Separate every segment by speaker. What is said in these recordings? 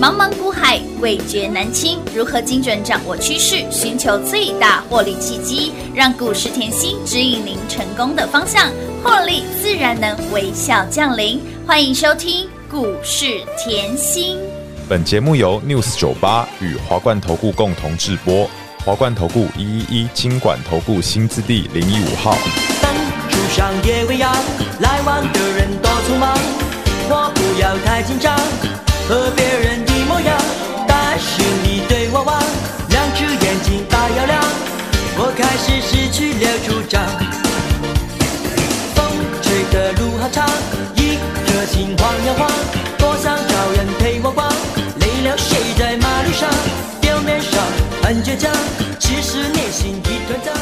Speaker 1: 茫茫股海，味觉难清。如何精准掌握趋势，寻求最大获利契机，让股市甜心指引您成功的方向，获利自然能微笑降临。欢迎收听股市甜心。
Speaker 2: 本节目由 News 九八与华冠投顾共同制播，华冠投顾一一一金管投顾新字第零一五号。
Speaker 3: 灯树上夜未央，来往的人多匆忙，我不要太紧张，和别人一模样。但是你对我望，两只眼睛大又亮，我开始失去了主张。风吹的路好长，一颗心晃呀晃，多想找人陪我逛。累了睡在马路上，表面上很倔强，其实内心一团糟，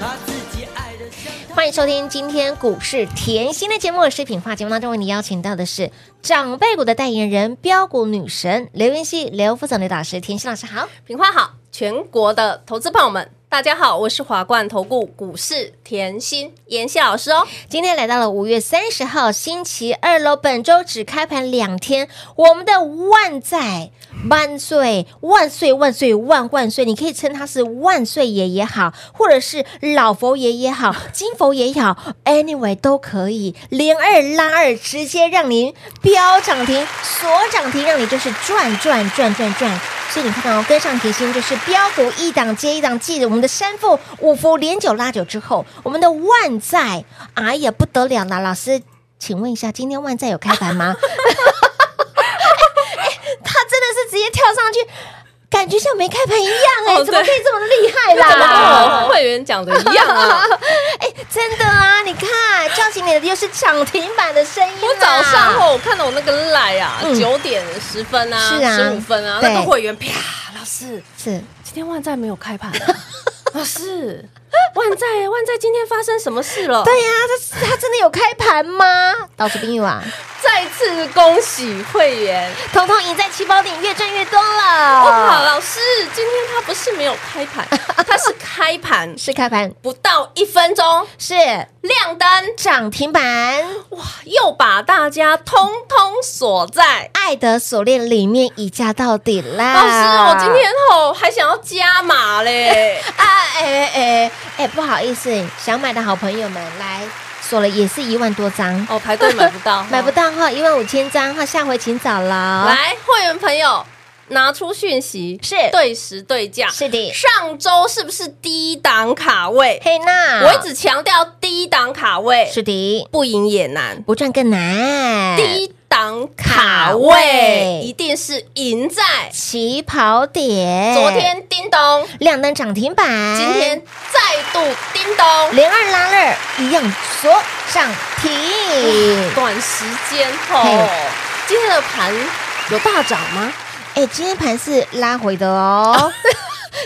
Speaker 3: 把自己爱得像他。
Speaker 4: 欢迎收听今天股市甜心的节目，我是品化。节目当中为你邀请到的是长辈股的代言人标股女神刘云熙、刘副总、刘老师、甜心老师好。
Speaker 5: 品花好，全国的投资朋友们，大家好，我是华冠投顾股市甜心妍希老师哦。
Speaker 4: 今天来到了五月三十号星期二喽，本周只开盘两天，我们的万载万岁万岁万岁万万岁，你可以称它是万岁爷也好，或者是老佛爷也好，金佛也好，anyway 都可以，连二拉二，直接让您飙涨停，锁涨停，让你就是赚赚赚赚赚。所以你看到、哦、跟上甜心就是标股一档接一档，记得我们的三富五福连九拉九之后，我们的万载，哎呀不得了啦！老师，请问一下，今天万载有开盘吗？他真的是直接跳上去，感觉像没开盘一样哎、
Speaker 5: 哦对哦
Speaker 4: 怎么可以这么厉害
Speaker 5: 怎么
Speaker 4: 啦
Speaker 5: 跟？我会员讲的一样 啊？
Speaker 4: 哎、真的啊！你看，叫醒你的又是涨停板的声音啊啦。
Speaker 5: 我早上哦后我看到我那个赖啊
Speaker 4: 嗯，
Speaker 5: 九点十分啊，
Speaker 4: 是啊
Speaker 5: 十五分啊，
Speaker 4: 对
Speaker 5: 那个会员啪，老师，
Speaker 4: 是
Speaker 5: 今天万载没有开盘 啊，老师，万载万载今天发生什么事了？
Speaker 4: 对呀、他他真的有开盘吗？老师冰玉啊，
Speaker 5: 再次恭喜会员。
Speaker 4: 统统赢在起跑点，越赚越多了。
Speaker 5: 哇，老师，今天他不是没有 开盘，他是开盘
Speaker 4: 是开盘，
Speaker 5: 不到一分钟
Speaker 4: 是
Speaker 5: 亮灯，
Speaker 4: 涨停板。
Speaker 5: 哇，又把大家通通锁在。
Speaker 4: 爱的锁链里面一价到底啦！
Speaker 5: 老师，我今天吼还想要加码嘞，
Speaker 4: 啊，哎哎哎哎，不好意思，想买的好朋友们来锁了，也是一万多张，，
Speaker 5: 哦，排队买不到
Speaker 4: 买不。到哈，一万五千张哈，下回请早了。，
Speaker 5: 来，会员朋友拿出讯息，
Speaker 4: 是
Speaker 5: 对时对价。
Speaker 4: 是的，
Speaker 5: 上周是不是低档卡位？
Speaker 4: 嘿娜，
Speaker 5: 我一直强调低档卡位，
Speaker 4: 是的，
Speaker 5: 不赢也难。
Speaker 4: 不赚更难。
Speaker 5: 低档哎卡
Speaker 4: 卡位
Speaker 5: 位一定是赢在
Speaker 4: 起跑点，
Speaker 5: 昨天叮咚，
Speaker 4: 亮灯涨停板，
Speaker 5: 今天再度叮咚，
Speaker 4: 连二拉二一样锁涨停。
Speaker 5: 短时间
Speaker 4: 嘿
Speaker 5: 后，哦今天的盘有大涨吗？
Speaker 4: 哎、今天盘是拉回的 哦，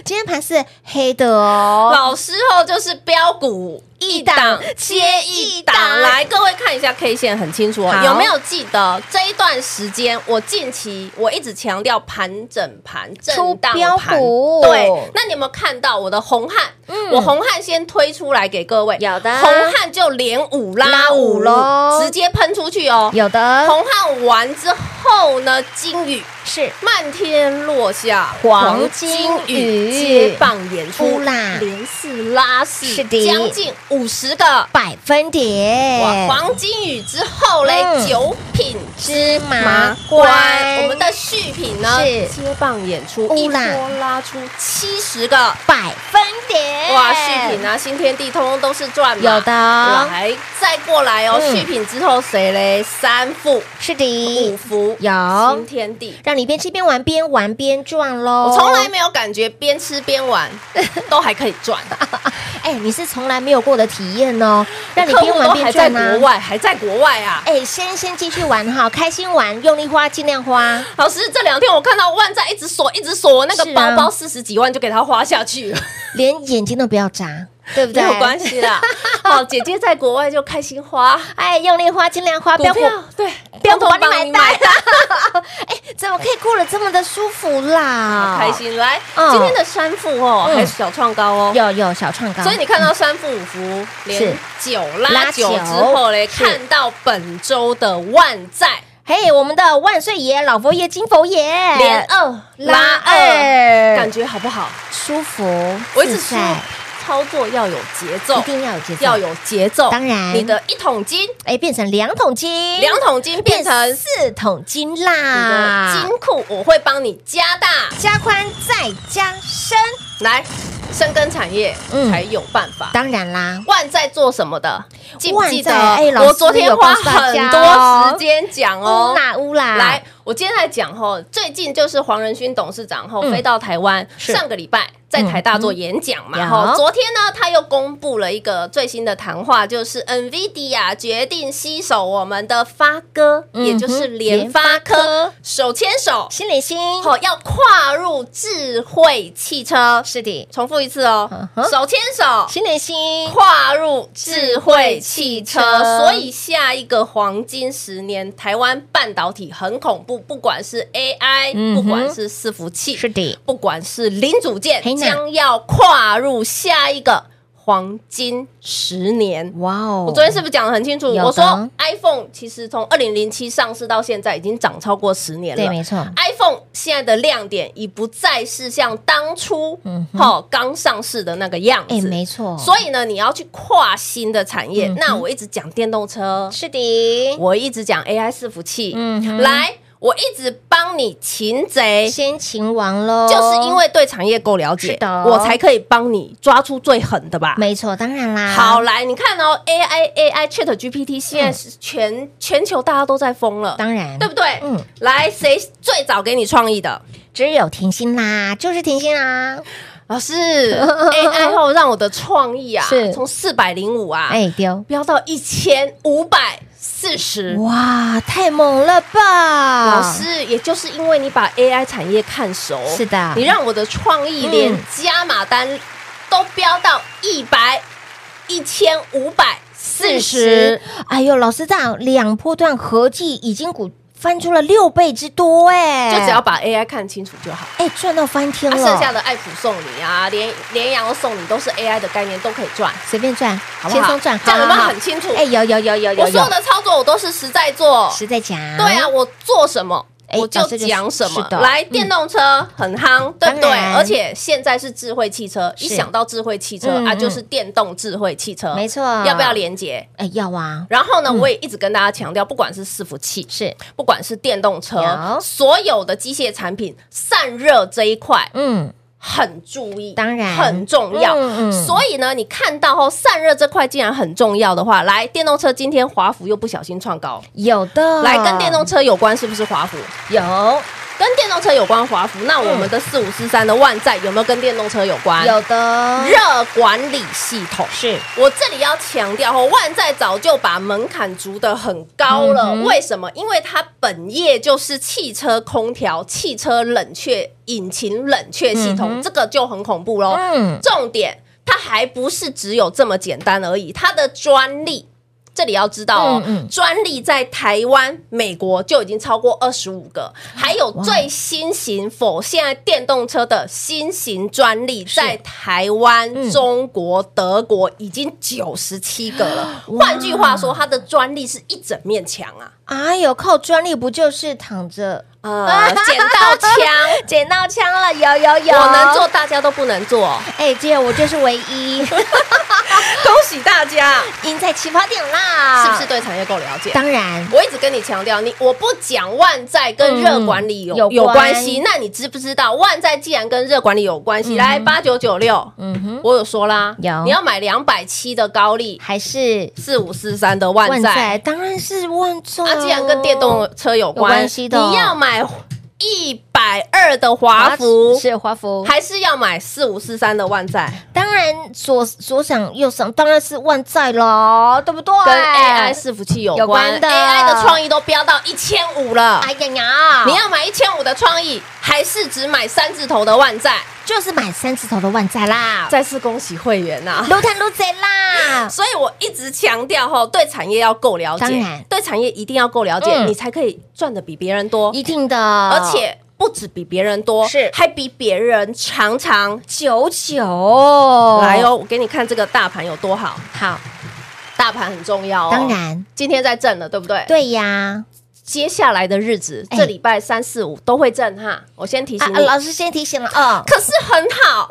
Speaker 4: 今天盘是黑的哦，
Speaker 5: 老师后就是标股一档接一
Speaker 4: 一档
Speaker 5: 档，来各位看一下 K 线很清楚哦
Speaker 4: 好，
Speaker 5: 有没有记得这一段时间？我近期我一直强调盘整盘震荡
Speaker 4: 标
Speaker 5: 盘，
Speaker 4: 股
Speaker 5: 对，那你有没有看到我的红汉？我红汉先推出来给各位，
Speaker 4: 有的
Speaker 5: 红汉就连五
Speaker 4: 拉
Speaker 5: 拉
Speaker 4: 五
Speaker 5: 五
Speaker 4: 咯
Speaker 5: 喽，直接喷出去哦。
Speaker 4: 有的
Speaker 5: 红汉完之后呢，金宇
Speaker 4: 是
Speaker 5: 漫天落下，
Speaker 4: 黄金雨
Speaker 5: 接棒演出
Speaker 4: 出啦
Speaker 5: 连四拉四，
Speaker 4: 是的
Speaker 5: 将近五十个。
Speaker 4: 百分点，
Speaker 5: 哇，黄金雨之后嘞
Speaker 4: 嗯，
Speaker 5: 九品
Speaker 4: 芝麻
Speaker 5: 麻
Speaker 4: 官
Speaker 5: 官，我们的续品呢
Speaker 4: 是
Speaker 5: 接棒演出，
Speaker 4: 乌
Speaker 5: 一波
Speaker 4: 啦
Speaker 5: 拉出七十个。
Speaker 4: 百分点，
Speaker 5: 哇，续品啊，新天地通通都是赚嘛，
Speaker 4: 有的
Speaker 5: 来，再过来哦，
Speaker 4: 嗯
Speaker 5: 续品之后谁嘞？三副、
Speaker 4: 是
Speaker 5: 五
Speaker 4: 的，
Speaker 5: 福、
Speaker 4: 有
Speaker 5: 新天地，
Speaker 4: 让你边吃边玩，边玩边赚喽。
Speaker 5: 我从来没有感觉边吃边 玩都还可以赚，
Speaker 4: 哎、你是从来没有过的体验哦，让你
Speaker 5: 客
Speaker 4: 边
Speaker 5: 户都
Speaker 4: 玩边
Speaker 5: 还在
Speaker 4: 赚
Speaker 5: 国
Speaker 4: 啊。
Speaker 5: 外，还在国外啊。
Speaker 4: 哎、先先继续玩哈，开心玩，用力花，尽量花。
Speaker 5: 老师，这两天我看到万在一直锁，一直锁，那个
Speaker 4: 是啊
Speaker 5: 包包四十几万就给他花下去了，
Speaker 4: 连眼睛都不要眨，对不
Speaker 5: 没
Speaker 4: 对？
Speaker 5: 有关。系 啦。好，姐姐在国外就开心花
Speaker 4: 哎，用力花，尽量花，
Speaker 5: 股票
Speaker 4: 过，
Speaker 5: 对，
Speaker 4: 标股
Speaker 5: 通
Speaker 4: 帮
Speaker 5: 通
Speaker 4: 你买单
Speaker 5: 单，
Speaker 4: 怎么可以过得这么的舒服啦？
Speaker 5: 好 开。心。来，
Speaker 4: 嗯
Speaker 5: 今天的三副哦，
Speaker 4: 嗯
Speaker 5: 还小创高哦。
Speaker 4: 有有小创高，
Speaker 5: 所以你看到三副五福连九
Speaker 4: 拉
Speaker 5: 拉
Speaker 4: 九
Speaker 5: 九之后嘞，
Speaker 4: 是
Speaker 5: 看到本周的万债，
Speaker 4: 嘿，我们的万岁爷、老佛爷、金佛爷，
Speaker 5: 连二
Speaker 4: 哎拉
Speaker 5: 拉二，感
Speaker 4: 二，
Speaker 5: 觉好不好？
Speaker 4: 舒服，
Speaker 5: 我一直
Speaker 4: 哎自
Speaker 5: 说
Speaker 4: 在
Speaker 5: 操作要有节奏
Speaker 4: 一，定要有节奏，
Speaker 5: 要有节奏。
Speaker 4: 当然
Speaker 5: 你的一桶金、
Speaker 4: 哎，变成两桶金，
Speaker 5: 两桶金变成你
Speaker 4: 四桶金
Speaker 5: 的
Speaker 4: 啦，
Speaker 5: 金库，我会帮你加大。
Speaker 4: 加宽再加深，
Speaker 5: 来，深耕产业
Speaker 4: 嗯
Speaker 5: 才有办法。
Speaker 4: 当然啦，
Speaker 5: 万在做什么的？记不记得？
Speaker 4: 万载哎老师
Speaker 5: 我昨天花
Speaker 4: 有告诉大
Speaker 5: 很
Speaker 4: 家哦
Speaker 5: 多时间讲哦
Speaker 4: 乌。啦乌啦，
Speaker 5: 来，我今天来讲吼，最近就是黄仁勋董事长吼、
Speaker 4: 嗯
Speaker 5: 飞到台湾，
Speaker 4: 是
Speaker 5: 上个礼拜在台大做演讲嘛
Speaker 4: 嗯
Speaker 5: 吼、
Speaker 4: 有
Speaker 5: 昨天呢他又公布了一个最新的谈话，就是 NVIDIA 决定吸手我们的发哥，
Speaker 4: 嗯哼
Speaker 5: 也就是联发科，手牵手，
Speaker 4: 心连心，
Speaker 5: 好、哦要跨入智慧汽车。
Speaker 4: 是的，
Speaker 5: 重复一次哦，
Speaker 4: 嗯哼
Speaker 5: 手牵手，
Speaker 4: 心连心，
Speaker 5: 跨入智慧汽
Speaker 4: 智
Speaker 5: 车
Speaker 4: 慧汽，车
Speaker 5: 所以下一个黄金十年，台湾半导体很恐怖，不管是 AI，、
Speaker 4: 嗯
Speaker 5: 不
Speaker 4: 哼
Speaker 5: 管是伺服器，
Speaker 4: 是的，
Speaker 5: 不管是零组件
Speaker 4: 嘿，呐
Speaker 5: 将要跨入下一个黄金十年。
Speaker 4: 哇哦，
Speaker 5: 我昨天是不是讲得很清楚？
Speaker 4: 有的
Speaker 5: 我说 iPhone 其实从二零零七上市到现在，已经涨超过十年了。
Speaker 4: 对，没错，
Speaker 5: 啊 iPhone 现在的亮点已不再是像当初
Speaker 4: 嗯哼
Speaker 5: 哈刚上市的那个样
Speaker 4: 哎，
Speaker 5: 子，
Speaker 4: 没错，
Speaker 5: 所以呢，你要去跨新的产业。
Speaker 4: 嗯哼
Speaker 5: 那我一直讲电动车，
Speaker 4: 是的，
Speaker 5: 我一直讲 AI 伺服器，
Speaker 4: 嗯哼
Speaker 5: 来，我一直帮你擒贼。
Speaker 4: 先秦王喽，
Speaker 5: 就是因为对产业够了解
Speaker 4: 哦是，的
Speaker 5: 我才可以帮你抓出最狠的吧。
Speaker 4: 没啊错，当然啦，
Speaker 5: 好，，来你看哦，AI AI Chat GPT 现在是全、全球大家都在疯了，
Speaker 4: 嗯当然
Speaker 5: 对，不对？
Speaker 4: 嗯
Speaker 5: 来，谁最早给你创意的？
Speaker 4: 只有甜心啦，就是甜心啦，
Speaker 5: 老师，AI 后让我的创意啊，
Speaker 4: 是
Speaker 5: 从四百零五啊，
Speaker 4: 哎丢，
Speaker 5: 飙到一千五百四十。
Speaker 4: 哇，太猛了吧，
Speaker 5: 老师，也就是因为你把 AI 产业看熟，
Speaker 4: 是的
Speaker 5: 你让我的创意
Speaker 4: 嗯
Speaker 5: 连加码单都飙到一百一千五百四十，，
Speaker 4: 哎呦，老师长，两波段合计已经股翻出了六倍之多哎，
Speaker 5: 就只要把 AI 看清楚就好。
Speaker 4: 哎赚到翻天
Speaker 5: 啊，
Speaker 4: 了，
Speaker 5: 剩下的爱普送你啊，连连阳送你，都是 AI 的概念，都可以赚，
Speaker 4: 随便赚，
Speaker 5: 好不好？
Speaker 4: 轻松赚，
Speaker 5: 这样有没有
Speaker 4: 好
Speaker 5: 很清楚？
Speaker 4: 哎，有有有有有，
Speaker 5: 我所有的操作我都是实在做
Speaker 4: 有，实在讲，
Speaker 5: 对啊，，我做什么？
Speaker 4: 哎
Speaker 5: 我就
Speaker 4: 老师就是
Speaker 5: 讲什么
Speaker 4: 是，的
Speaker 5: 来
Speaker 4: 嗯
Speaker 5: 电动车很夯，对不对
Speaker 4: 当？然
Speaker 5: 而且现在是智慧汽车，一
Speaker 4: 是
Speaker 5: 想到智慧汽车
Speaker 4: 嗯
Speaker 5: 啊，
Speaker 4: 嗯
Speaker 5: 就是电动智慧汽车，
Speaker 4: 没错，
Speaker 5: 要不要？连接？
Speaker 4: 哎，要啊，
Speaker 5: 然后呢，我也一直跟大家强调，不管是伺服器，
Speaker 4: 是，
Speaker 5: 不管是电动车，
Speaker 4: 有
Speaker 5: 所有的机械产品散热这一块
Speaker 4: 嗯，
Speaker 5: 很注意，
Speaker 4: 当然
Speaker 5: 很重要。
Speaker 4: 嗯嗯
Speaker 5: 所以呢，你看到后散热这块竟然很重要的话，来电动车今天华孚又不小心创高，
Speaker 4: 有的，
Speaker 5: 来跟电动啊车有关是不是华孚？
Speaker 4: 有
Speaker 5: 跟电动车有关华孚，那我们的四五四三的万载有没有跟电动车有关？
Speaker 4: 有的，
Speaker 5: 热管理系统。
Speaker 4: 是
Speaker 5: 我这里要强调哦，万载早就把门槛筑得很高了。
Speaker 4: 嗯哼
Speaker 5: 为什么？因为它本业就是汽车空调、汽车冷却、引擎冷却系统，
Speaker 4: 嗯哼
Speaker 5: 这个就很恐怖喽。
Speaker 4: 嗯，
Speaker 5: 重点，它还不是只有这么简单而已，它的专利。这里要知道哦，
Speaker 4: 嗯嗯
Speaker 5: 专利在台湾、美国就已经超过二十五个，还有最新型否现在电动车的新型专利，在台湾、
Speaker 4: 嗯
Speaker 5: 中国、德国已经九十七个了。
Speaker 4: 哇
Speaker 5: 换句话说，它的专利是一整面墙啊，
Speaker 4: 哎呦，靠专利不就是躺着
Speaker 5: 呃， 剪 刀墙，
Speaker 4: 捡到枪了？有有有，
Speaker 5: 我能做，大家都不能做，
Speaker 4: 哎，姐，我就是唯一，
Speaker 5: 恭喜大家，
Speaker 4: 赢在起跑点啦，
Speaker 5: 是不是？对产业够了解？
Speaker 4: 当然，
Speaker 5: 我一直跟你强调，你我不讲万载跟热管理有、
Speaker 4: 嗯有
Speaker 5: 有关
Speaker 4: 关
Speaker 5: 系，那你知不知道万载既然跟热管理有关系，
Speaker 4: 嗯
Speaker 5: 来八九九六，
Speaker 4: 嗯哼，
Speaker 5: 我有说啦，
Speaker 4: 有
Speaker 5: 你要买两百七的高利，
Speaker 4: 还是
Speaker 5: 四五四三的万载，
Speaker 4: 当然是万载、
Speaker 5: 啊，既然跟电动车有关
Speaker 4: 有关系的
Speaker 5: 你要买一百二的华孚，
Speaker 4: 是华孚，
Speaker 5: 还是要买四五四三的万载，
Speaker 4: 当然左左想右想，当然是万载喽，对不对？
Speaker 5: 跟 AI 伺服器有
Speaker 4: 有
Speaker 5: 关
Speaker 4: 关的
Speaker 5: AI 的创意都飙到一千五了。
Speaker 4: 哎呀呀，
Speaker 5: 你要买一千五的创意，还是只买三字头的万债？
Speaker 4: 就是买三字头的万载啦，
Speaker 5: 再次恭喜会员呐、
Speaker 4: 撸碳撸贼啦，
Speaker 5: 所以我一直强调吼，对产业要够了解
Speaker 4: 当然，
Speaker 5: 对产业一定要够了解，
Speaker 4: 嗯
Speaker 5: 你才可以赚的比别人多，
Speaker 4: 一定的，
Speaker 5: 而且不止比别人多，
Speaker 4: 是
Speaker 5: 还比别人常常。
Speaker 4: 九九
Speaker 5: 来哦，我给你看这个大盘有多好，
Speaker 4: 好，
Speaker 5: 大盘很重要哦。
Speaker 4: 当，然
Speaker 5: 今天在震了，对不对？，
Speaker 4: 对呀，
Speaker 5: 接下来的日子，
Speaker 4: 哎
Speaker 5: 这礼拜三四五都会震撼。我先提
Speaker 4: 啊
Speaker 5: 醒，你，
Speaker 4: 啊老师先提醒了哦，
Speaker 5: 可是很好。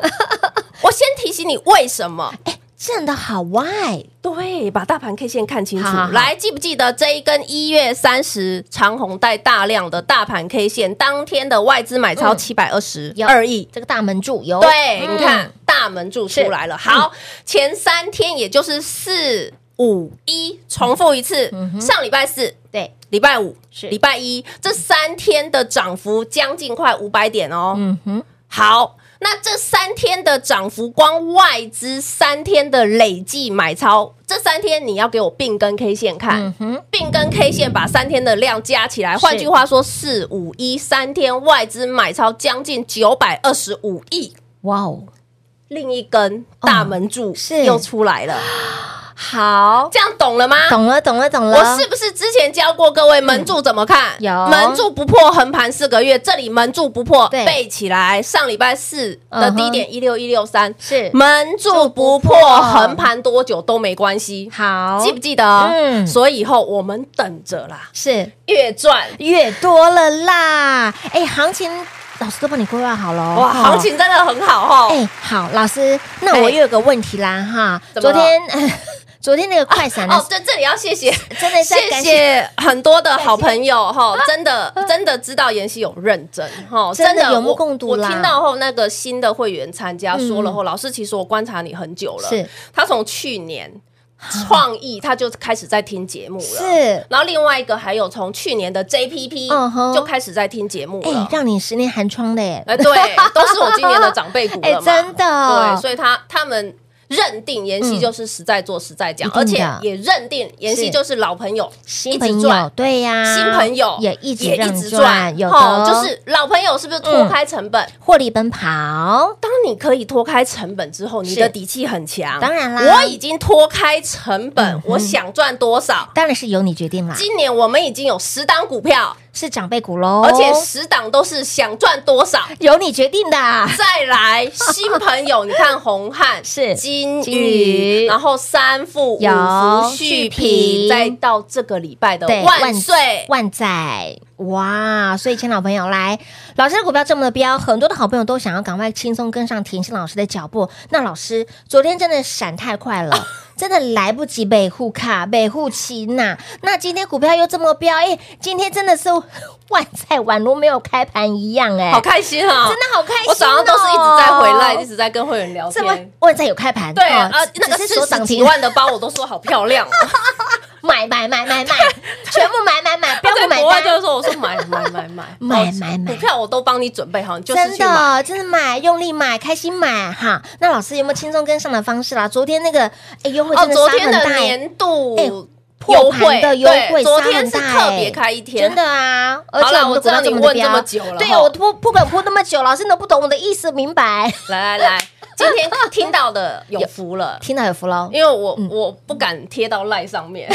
Speaker 5: 我先提醒你为什 么？
Speaker 4: 真的好 why？
Speaker 5: 哎对，把大盘 K 线看清楚。
Speaker 4: 好好好
Speaker 5: 来，记不记得这一根一月三十长红带大量的大盘 K 线，当天的外资买超
Speaker 4: 嗯
Speaker 5: 七百二十
Speaker 4: 有
Speaker 5: 二亿。
Speaker 4: 这个大门柱有
Speaker 5: 对，
Speaker 4: 嗯
Speaker 5: 你看大门柱出来了。好，前三天也就是四五一，重复一次。上礼拜四、
Speaker 4: 对，
Speaker 5: 礼拜五、
Speaker 4: 是
Speaker 5: 礼拜一这三天的涨幅将近快五百点哦。
Speaker 4: 嗯哼，
Speaker 5: 好，那这三天的涨幅，光外资三天的累计买超，这三天你要给我并根 K 线看
Speaker 4: 嗯，哼，
Speaker 5: 并根 K 线把三天的量加起来，
Speaker 4: 是
Speaker 5: 换句话说，四五一三天外资买超将近九百二十五亿。
Speaker 4: 哇哦，
Speaker 5: 另一根大门柱
Speaker 4: 是
Speaker 5: 又出来了，
Speaker 4: 好，
Speaker 5: 这样懂了吗？
Speaker 4: 懂了，懂了，懂了，
Speaker 5: 我是不是之前教过各位门柱怎么看？
Speaker 4: 有
Speaker 5: 门柱不破横盘四个月，这里门柱不破，
Speaker 4: 对
Speaker 5: 背起来。上礼拜四的
Speaker 4: 嗯哼
Speaker 5: 低点一六一六三，
Speaker 4: 嗯是
Speaker 5: 门柱不破横盘多久都没关系，
Speaker 4: 好，
Speaker 5: 记不记得？
Speaker 4: 嗯
Speaker 5: 所以以后我们等着啦，
Speaker 4: 是
Speaker 5: 越赚
Speaker 4: 越多了啦，哎，行情老师都帮你规划好了，
Speaker 5: 哇，
Speaker 4: 哈
Speaker 5: 行。情真的很好
Speaker 4: 哦
Speaker 5: 哦。
Speaker 4: 哎，好，老师，那我
Speaker 5: 哎
Speaker 4: 又有个问题啦哈，
Speaker 5: 怎么
Speaker 4: 昨
Speaker 5: 了
Speaker 4: 天 昨天那个快闪
Speaker 5: 哦
Speaker 4: 的，，
Speaker 5: 对，这里要谢谢，
Speaker 4: 真的是要
Speaker 5: 谢
Speaker 4: 感
Speaker 5: 谢很多的好朋 友哈，真的真的知道妍希有认真哈，
Speaker 4: 真的有目
Speaker 5: 我
Speaker 4: 共睹
Speaker 5: 我
Speaker 4: 啦
Speaker 5: 听到后那个新的会员参加说了
Speaker 4: 嗯
Speaker 5: 后，老师其实我观察你很久了，
Speaker 4: 是
Speaker 5: 他从去年创意他就开始在听节目了，
Speaker 4: 是，
Speaker 5: 然后另外一个还有从去年的
Speaker 4: 嗯
Speaker 5: JPP
Speaker 4: 哼
Speaker 5: 就开始在听节目
Speaker 4: 哎
Speaker 5: 了，。
Speaker 4: 让你十年寒窗的耶，
Speaker 5: 哎，对， 都是我今年的长辈股了嘛，
Speaker 4: 哎真的
Speaker 5: 对，所以他他们认定妍希就是实在做实在讲，
Speaker 4: 嗯
Speaker 5: 而
Speaker 4: 一定
Speaker 5: 且
Speaker 4: 的
Speaker 5: 也认定妍希
Speaker 4: 是
Speaker 5: 就是老朋友，
Speaker 4: 新
Speaker 5: 一
Speaker 4: 朋
Speaker 5: 直
Speaker 4: 友
Speaker 5: 赚，
Speaker 4: 对呀，
Speaker 5: 新朋友
Speaker 4: 啊也一直
Speaker 5: 也
Speaker 4: 让
Speaker 5: 一
Speaker 4: 你
Speaker 5: 直赚，
Speaker 4: 有
Speaker 5: 吼
Speaker 4: 的哦
Speaker 5: 就是老朋友是不是脱开成本？
Speaker 4: 获利奔跑，
Speaker 5: 当你可以脱开成本之后，你的底气很强。
Speaker 4: 当然啦嗯
Speaker 5: 我已经脱开成本，我想赚多少？
Speaker 4: 当然是由你决定啦，
Speaker 5: 今年我们已经有十档股票，
Speaker 4: 是长辈股喽，
Speaker 5: 而且十档都是想赚 多少。
Speaker 4: 由你决定的啊，
Speaker 5: 再来新朋友，你看红 汉
Speaker 4: 是
Speaker 5: 金
Speaker 4: 金
Speaker 5: 鱼，
Speaker 4: 鱼
Speaker 5: 然后三富、五
Speaker 4: 有
Speaker 5: 福、续
Speaker 4: 续
Speaker 5: 品，
Speaker 4: 品
Speaker 5: 再到这个礼拜的
Speaker 4: 对，
Speaker 5: 万岁。
Speaker 4: 万载哇！所以，亲老朋友来，老师的股票这么的飙，很多的好朋友都想要赶快轻松跟上甜心老师的脚步。那老师昨天真的闪太快 了，真的来不及北护卡、北护奇呐。那今天股票又这么飙，哎、今天真的是万载宛如没有开盘一样、哎，
Speaker 5: 好开心啊！
Speaker 4: 真的好开心、哦！哦
Speaker 5: 我早上都是一直在回来，一直在跟会员聊
Speaker 4: 这么
Speaker 5: 天。
Speaker 4: 万载有开盘，
Speaker 5: 对
Speaker 4: 哦
Speaker 5: 啊，呃那个
Speaker 4: 只
Speaker 5: 四
Speaker 4: 是手
Speaker 5: 十
Speaker 4: 涨
Speaker 5: 几
Speaker 4: 停，
Speaker 5: 万的包，我都说好漂 亮哦。
Speaker 4: 买买买买买，全部买买买，标
Speaker 5: 他
Speaker 4: 股
Speaker 5: 在
Speaker 4: 买
Speaker 5: 国外就
Speaker 4: 单
Speaker 5: 是。说，我说买买买买
Speaker 4: 买
Speaker 5: 哦
Speaker 4: 买买
Speaker 5: 股票我都帮你准备好，你就是
Speaker 4: 真
Speaker 5: 去买。
Speaker 4: 的，哦就是买，用力买，开心买哈。那老师有没有轻松跟上的方式啦？昨天那个哎优惠
Speaker 5: 哦
Speaker 4: 真，的
Speaker 5: 昨
Speaker 4: 杀
Speaker 5: 天
Speaker 4: 很
Speaker 5: 的
Speaker 4: 大耶，
Speaker 5: 年度
Speaker 4: 哎
Speaker 5: 优
Speaker 4: 破
Speaker 5: 惠
Speaker 4: 盘的优惠
Speaker 5: 对昨
Speaker 4: 杀
Speaker 5: 天
Speaker 4: 很
Speaker 5: 是
Speaker 4: 大
Speaker 5: 特
Speaker 4: 哎
Speaker 5: 别开一天，
Speaker 4: 真的啊！而
Speaker 5: 好
Speaker 4: 且
Speaker 5: 啦
Speaker 4: 我们的股票
Speaker 5: 我知道
Speaker 4: 这么
Speaker 5: 你
Speaker 4: 的
Speaker 5: 问
Speaker 4: 标
Speaker 5: 这么久了
Speaker 4: 对
Speaker 5: 吼
Speaker 4: 我铺铺梗铺那么久，老师你都不懂我的意思，明 白？
Speaker 5: 来来 来，今天听到的有福了，
Speaker 4: 听到有福喽，
Speaker 5: 因为我我不敢贴到赖上 面，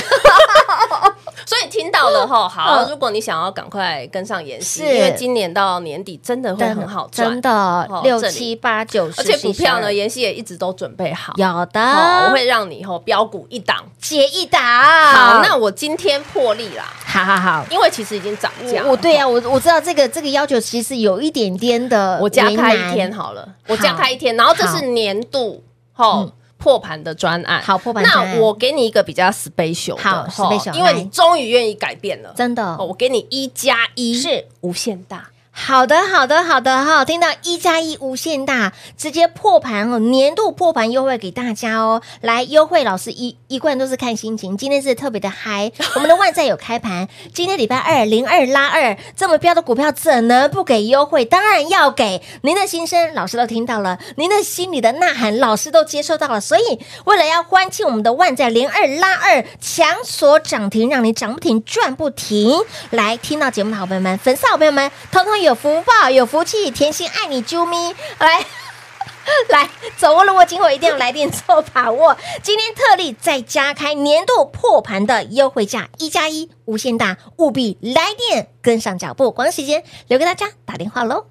Speaker 5: 所以听到的哈，好，
Speaker 4: 嗯
Speaker 5: 如果你想要赶快跟上妍希，
Speaker 4: 是
Speaker 5: 因为今年到年底真的会
Speaker 4: 真
Speaker 5: 很好赚
Speaker 4: 真，的
Speaker 5: 哦
Speaker 4: 六
Speaker 5: 这里
Speaker 4: 七八九十，
Speaker 5: 而且
Speaker 4: 11
Speaker 5: 股票呢，
Speaker 4: 12
Speaker 5: 妍希也一直都准备好。
Speaker 4: 有
Speaker 5: 哦，
Speaker 4: 的，
Speaker 5: 我会让你以后标股一档。
Speaker 4: 解一打。啊
Speaker 5: 好，那我今天破例啦，
Speaker 4: 好好好，
Speaker 5: 因为其实已经涨价了。
Speaker 4: 我我对啊，我我知道这个这个要求其实有一点点的
Speaker 5: 我加
Speaker 4: 为
Speaker 5: 开
Speaker 4: 难
Speaker 5: 一天好了，我加开一天，然后这是年度吼破盘的专案，
Speaker 4: 好破盘专案
Speaker 5: 那我给你一个比较 special 的
Speaker 4: 好
Speaker 5: 吼
Speaker 4: special，
Speaker 5: 因为
Speaker 4: 来
Speaker 5: 你终于愿意改变了，
Speaker 4: 真的
Speaker 5: 哦我给你一加一
Speaker 4: 嗯是
Speaker 5: 无限大，
Speaker 4: 好的，好的，好的哈！听到一加一无限大，直接破盘哦，年度破盘优惠给大家哦！来优惠，老师一一贯都是看心情，今天是特别的嗨。我们的万载有开盘，今天礼拜二零二拉二，这么标的股票怎能不给优惠？当然要给！您的心声老师都听到了，您的心里的呐喊老师都接收到了，所以为了要欢庆我们的万载零二拉二强锁涨停，让你涨不停赚不停。来，听到节目的好朋友们、粉丝好朋友们，通通有福报、有福气，甜心爱你，啾咪！ 来。来，走握了握今后一定要来电做把握。今天特例再加开年度破盘的优惠价，一加一无限大，务必来电跟上脚步。光时间留给大家打电话喽。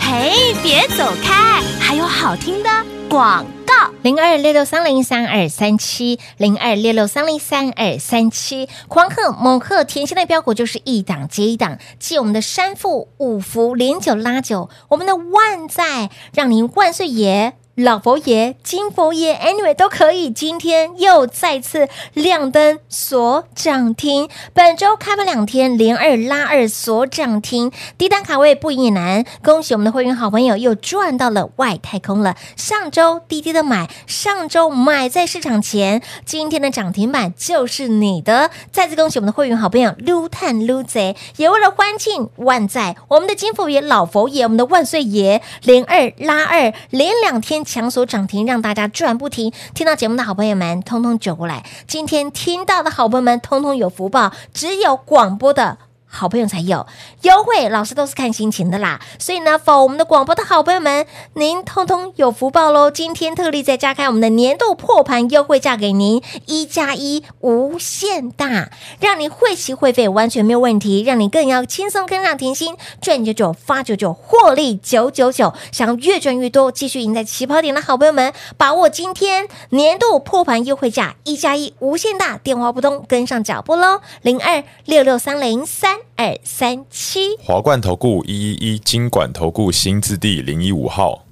Speaker 1: 嘿，别走开，还有好听的广告。
Speaker 4: 零二六六三零三二三七零二六六三零三二三七。狂贺猛贺甜心的标股就是一档接一档，继我们的山富、五福、连九拉九，我们的万载，让您万岁爷。老佛爷、金佛爷，anyway 都可以。今天又再次亮灯锁涨停，本周开盘两天连二拉二锁涨停，低档卡位不也难。恭喜我们的会员好朋友又赚到了外太空了。上周低低的买，上周买在市场前，今天的涨停板就是你的。再次恭喜我们的会员好朋友撸探撸贼，也为了欢庆万载，我们的金佛爷、老佛爷，我们的万岁爷连二拉二，连两天强锁涨停，让大家赚不停。听到节目的好朋友们，通通走过来。今天听到的好朋友们，通通有福报，只有广播的。好朋友才有优惠，老师都是看心情的啦。所以呢，否我们的广播的好朋友们，您通通有福报喽！今天特例再加开我们的年度破盘优惠价给您，一加一无限大，让你会齐会费完全没有问题，让你更要轻松跟上甜心，赚九九发九九，获利九九九，想要越赚越多，继续赢在起跑点的好朋友们，把握今天年度破盘优惠价一加一无限大，电话不通，跟上脚步喽，零二六六三零三二三七。
Speaker 2: 华冠投顾一一一金管投顾新字第零一五号，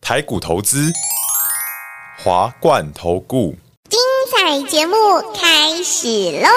Speaker 2: 台股投资，华冠投顾。
Speaker 6: 彩节目开始喽！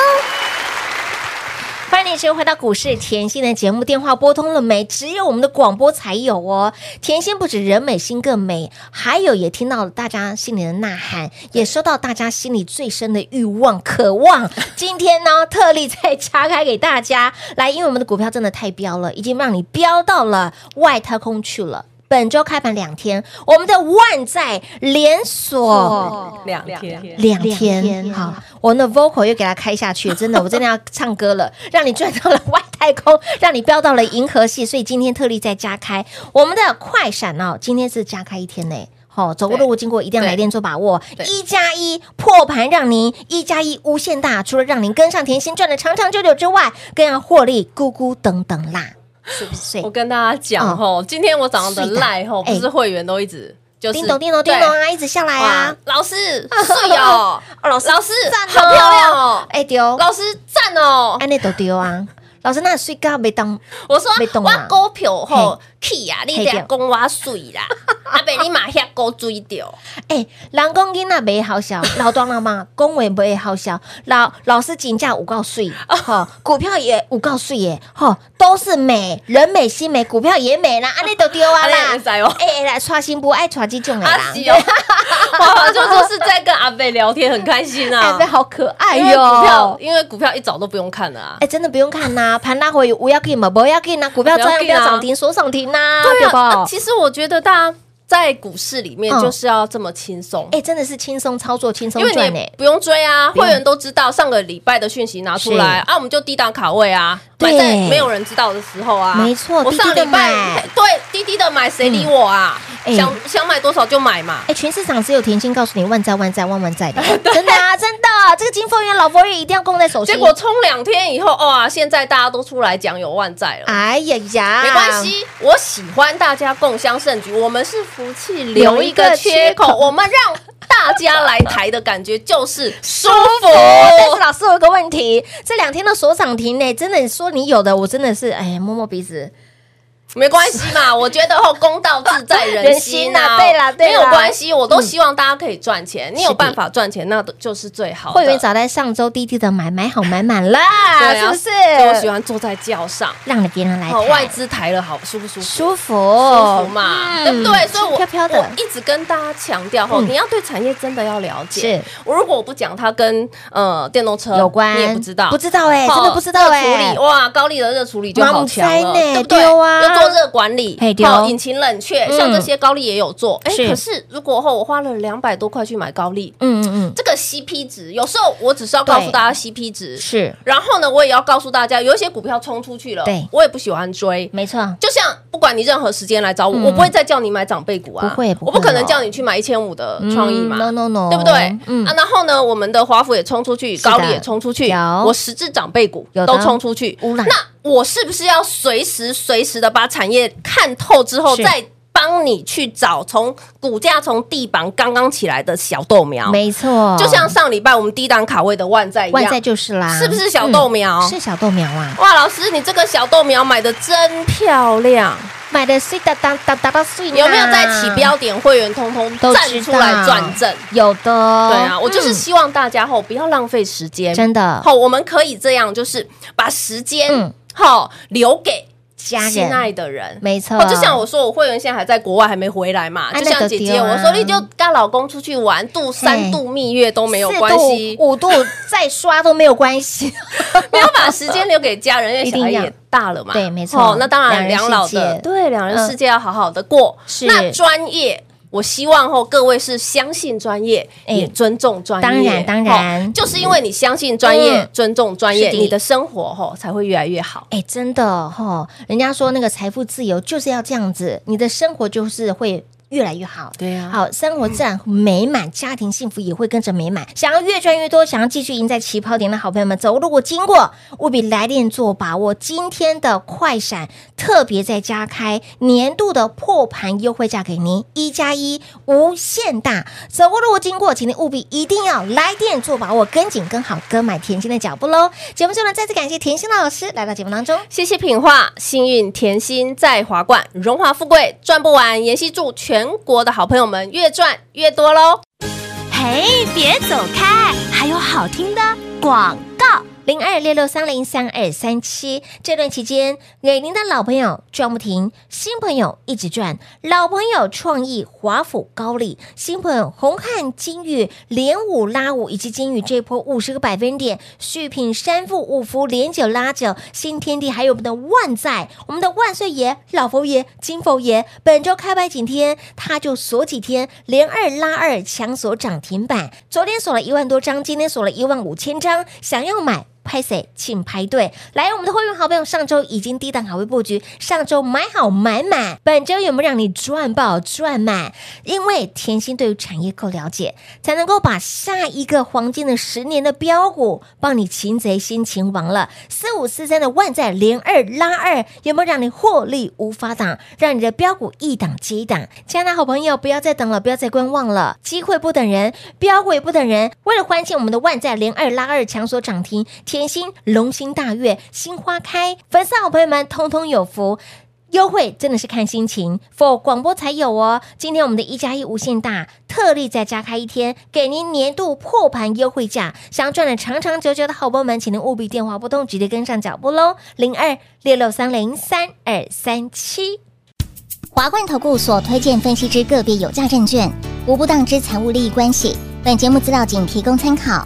Speaker 4: 欢迎你收回到股市甜心的节目，电话拨通了没？只有我们的广播才有哦。甜心不止人美心更美，还有也听到了大家心里的呐喊，也收到大家心里最深的欲望、渴望。今天呢，特例再加开给大家，来，因为我们的股票真的太飙了，已经让你飙到了外太空去了。本周开盘两天，我们的万载连锁
Speaker 5: 两天，
Speaker 4: 两天，好，我那 vocal 又给它开下去， 真的，我真的要唱歌了，让你赚到了外太空， 让你飙到了银河系，所以今天特例再加开我们的快闪哦，今天是加开一天呢。好、走过路过经过一定要来电做把握，一加一破盘让您一加一无限大，除了让您跟上甜心赚的长长久久之外，更要获利咕咕等等啦，是不是
Speaker 5: 我？跟大家讲吼，今天我早上的
Speaker 4: 嗯是的
Speaker 5: 赖吼，不
Speaker 4: 哎
Speaker 5: 是会员都一直就是
Speaker 4: 叮咚叮咚叮咚啊，一直下来啊
Speaker 5: 哇，，老师是 哦，
Speaker 4: 老
Speaker 5: 老师
Speaker 4: 赞
Speaker 5: 好漂亮哦，
Speaker 4: 哎丢，
Speaker 5: 老师赞哦。
Speaker 4: 安内都丢啊。老师，那睡觉没当
Speaker 5: 我说
Speaker 4: 被动啊
Speaker 5: 我股票吼去啊，你
Speaker 4: 嘿
Speaker 5: 得讲我水 啦，阿伯你马遐股追掉，
Speaker 4: 哎，人讲囡仔袂好 笑，老大人嘛讲话袂好笑，老老师请假有够水，
Speaker 5: 哦
Speaker 4: 吼、股票也有够水耶，吼、都是美，人美心美，股票也 美啦，安尼都丢啊
Speaker 5: 安
Speaker 4: 啦
Speaker 5: 尼会，知哦
Speaker 4: 哎、来刷新不爱刷这种的啦
Speaker 5: 阿，西哦， 我就说是在跟阿贝聊天，很开心
Speaker 4: 哎、
Speaker 5: 啊
Speaker 4: 这。好哎可爱
Speaker 5: 因为股票
Speaker 4: 哟。，
Speaker 5: 因为股票一早都不用看了啊
Speaker 4: 哎、。真的不用看呐、盘拉回有要给嘛，不要给呐，股票照样
Speaker 5: 不
Speaker 4: 不
Speaker 5: 要
Speaker 4: 要
Speaker 5: 紧啊
Speaker 4: 涨停，锁涨停呐、
Speaker 5: 对
Speaker 4: 对
Speaker 5: 啊啊，
Speaker 4: 不？
Speaker 5: 其实我觉得大家在股市里面
Speaker 4: 嗯
Speaker 5: 就是要这么轻松。
Speaker 4: 哎、真的是轻松操作，轻松
Speaker 5: 因为
Speaker 4: 赚
Speaker 5: 你
Speaker 4: 哎、
Speaker 5: 也不用追啊，
Speaker 4: 不用
Speaker 5: 会员都知道上个礼拜的讯息拿出来
Speaker 4: 是
Speaker 5: 啊，我们就低档卡位啊，买
Speaker 4: 对
Speaker 5: 在没有人知道的时候啊，
Speaker 4: 没错
Speaker 5: 我上礼拜
Speaker 4: 低
Speaker 5: 对低低的买，谁理我啊？
Speaker 4: 嗯哎
Speaker 5: 想想买多少就买嘛
Speaker 4: 哎、。全市场只有甜心告诉你万载万载万万载的，真的啊，真的啊、这个金凤元老佛爷一定要供在手心。
Speaker 5: 结果冲两天以后，哇，现在大家都出来讲有万债了。
Speaker 4: 哎呀呀，
Speaker 5: 没关，系，我喜欢大家共襄盛举，我们是福气留一个
Speaker 4: 留一个缺
Speaker 5: 缺口，
Speaker 4: 口
Speaker 5: 我们让大家来抬的感觉就是舒服。
Speaker 4: 哦但是老师有一个问题，这两天的所涨停呢，真的你说你有的，我真的是哎摸摸鼻子，
Speaker 5: 没关系 嘛，我觉得哦，公道自在人心呐、
Speaker 4: 人心啊对啦对啦
Speaker 5: 没有关系，我都希望大家可以赚钱，你有办法赚钱，那就是最好的。
Speaker 4: 会员早在上周低低的买买好买满啦，
Speaker 5: 对
Speaker 4: 是
Speaker 5: 啊
Speaker 4: 不是？
Speaker 5: 所以我喜欢坐在轿上，
Speaker 4: 让你别人来
Speaker 5: 哦，
Speaker 4: 看
Speaker 5: 外资抬了好舒不舒服？
Speaker 4: 舒服
Speaker 5: 舒服哦嘛，
Speaker 4: 嗯
Speaker 5: 对不对？所以我
Speaker 4: 轻飘飘的
Speaker 5: 我一直跟大家强调吼，
Speaker 4: 嗯
Speaker 5: 你要对产业真的要了解。
Speaker 4: 是
Speaker 5: 我如果我不讲它跟呃电动车
Speaker 4: 有关，
Speaker 5: 你也不知道，
Speaker 4: 不知道哎，
Speaker 5: 哦
Speaker 4: 真的不知道
Speaker 5: 热
Speaker 4: 哎
Speaker 5: 处理，哇，高丽的热处理就好强
Speaker 4: 嘛
Speaker 5: 了，
Speaker 4: 不知呢
Speaker 5: 对不对？
Speaker 4: 对啊
Speaker 5: 要做热管理，
Speaker 4: 嘿对
Speaker 5: 好引擎冷却，
Speaker 4: 嗯
Speaker 5: 像这些高丽也有做。哎，
Speaker 4: 是
Speaker 5: 可是如果后我花了两百多块去买高丽，
Speaker 4: 嗯嗯
Speaker 5: 这个 CP 值，有时候我只是要告诉
Speaker 4: 对
Speaker 5: 大家 CP 值
Speaker 4: 嗯，是
Speaker 5: 然后呢，我也要告诉大家，有一些股票冲出去了，
Speaker 4: 对
Speaker 5: 我也不喜欢追，
Speaker 4: 没错，
Speaker 5: 就像不管你任何时间来找我，
Speaker 4: 嗯
Speaker 5: 我不会再叫你买长辈股啊，
Speaker 4: 不会不会
Speaker 5: 我不可能叫你去买一千五的创意嘛。
Speaker 4: ，no no no，
Speaker 5: 对不对？
Speaker 4: 嗯
Speaker 5: 啊，，然后呢，我们的华府也冲出去，
Speaker 4: 是的
Speaker 5: 高丽也冲出去，
Speaker 4: 有
Speaker 5: 我十只长辈股
Speaker 4: 有的
Speaker 5: 都冲出去。
Speaker 4: 乌兰
Speaker 5: 那我是不是要随时随时的把产业看透之后，
Speaker 4: 是
Speaker 5: 再帮你去找从股价从地板刚刚起来的小豆苗，
Speaker 4: 没错，
Speaker 5: 啊就像上礼拜我们低档卡位的万载一
Speaker 4: 万载
Speaker 5: 样。
Speaker 4: 就是啦，
Speaker 5: 是不是小豆苗
Speaker 4: 嗯是小豆苗啊，
Speaker 5: 哇，老师，你这个小豆苗买的真漂亮，
Speaker 4: 买的碎哒哒哒哒哒碎啦，
Speaker 5: 有没有在起标点会员通通
Speaker 4: 都
Speaker 5: 站
Speaker 4: 知道
Speaker 5: 出来转正？
Speaker 4: 有的，
Speaker 5: 对啊，我就是
Speaker 4: 嗯
Speaker 5: 希望大家吼不要浪费时间，
Speaker 4: 真的
Speaker 5: 好，我们可以这样，就是把时间
Speaker 4: 嗯
Speaker 5: 好留给
Speaker 4: 家人
Speaker 5: 心爱的人。
Speaker 4: 没错
Speaker 5: 哦，就像我说，我会员现在还在国外，还没回来嘛。
Speaker 4: 啊
Speaker 5: 就像
Speaker 4: 那
Speaker 5: 姐姐，
Speaker 4: 就对啊
Speaker 5: 我说你就跟老公出去玩，度三
Speaker 4: 嘿
Speaker 5: 度蜜月都没有
Speaker 4: 四
Speaker 5: 关系
Speaker 4: 度，五度再刷都没有关系，
Speaker 5: 没有把时间留给家人，因为小孩
Speaker 4: 一定要
Speaker 5: 也大了嘛。
Speaker 4: 对没错
Speaker 5: 哦，那当然，
Speaker 4: 两人世
Speaker 5: 两
Speaker 4: 界嗯
Speaker 5: 老的对两人世界要好好的过。
Speaker 4: 是
Speaker 5: 那专业。我希望吼各位是相信专业，
Speaker 4: 哎
Speaker 5: 也尊重专业。
Speaker 4: 当然当然
Speaker 5: 吼就是因为你相信专业、
Speaker 4: 嗯
Speaker 5: 尊重专业，
Speaker 4: 是的
Speaker 5: 你的生活吼才会越来越好。
Speaker 4: 哎，真的哈、吼人家说那个财富自由就是要这样子，你的生活就是会。越来越好，
Speaker 5: 对啊
Speaker 4: 好生活自然美满，家庭幸福也会跟着美满。想要越赚越多，想要继续赢在起跑点的好朋友们，走路我经过，务必来电做把握。今天的快闪特别再加开年度的破盘优惠价给您，一加一无限大。走过路过经过，请您务必一定要来电做把握，跟紧跟好跟买甜心的脚步喽。节目最后呢，再次感谢甜心老师来到节目当中。
Speaker 5: 谢谢品画，幸运甜心在华冠，荣华富贵赚不完。妍希祝全国的好朋友们越赚越多喽！
Speaker 1: 嘿，别走开，还有好听的广告。
Speaker 4: 零二六六三零三二三七。这段期间，给您的老朋友赚不停，新朋友一直赚，老朋友创意、华府、高丽，新朋友红汉、金宇、连五拉五，以及金宇这波五十个百分点，续品山富、五福、连九拉九、新天地，还有我们的万载，我们的万岁爷、老佛爷、金佛爷，本周开牌几天，他就锁几天，连二拉二强锁涨停板。昨天锁了一万多张，今天锁了一万五千张，想要买。拍谁，请排队。来，我们的会员好朋友上周已经低档卡位布局，上周买好买满，本周有没有让你赚爆赚满？因为甜心对于产业够了解，才能够把下一个黄金的十年的标股帮你擒贼先擒王了。四五四三的万载连二拉二，有没有让你获利无法挡，让你的标股一档接一档？亲爱的好朋友，不要再等了，不要再观望了，机会不等人，标股也不等人。为了欢庆我们的万载连二拉二强所涨停，甜心龙心大悦，新花开，粉丝好朋友们通通有福。优惠真的是看心情，for 广播才有哦。今天我们的一加一无限大特例再加开一天，给您年度破盘优惠价。想要赚的长长久久的好朋友们，请您务必电话拨通，直接跟上脚步喽，零二六六三零三二三七。
Speaker 6: 华冠投顾所推荐分析之个别有价证券，无不当之财务利益关系。本节目资料仅提供参考，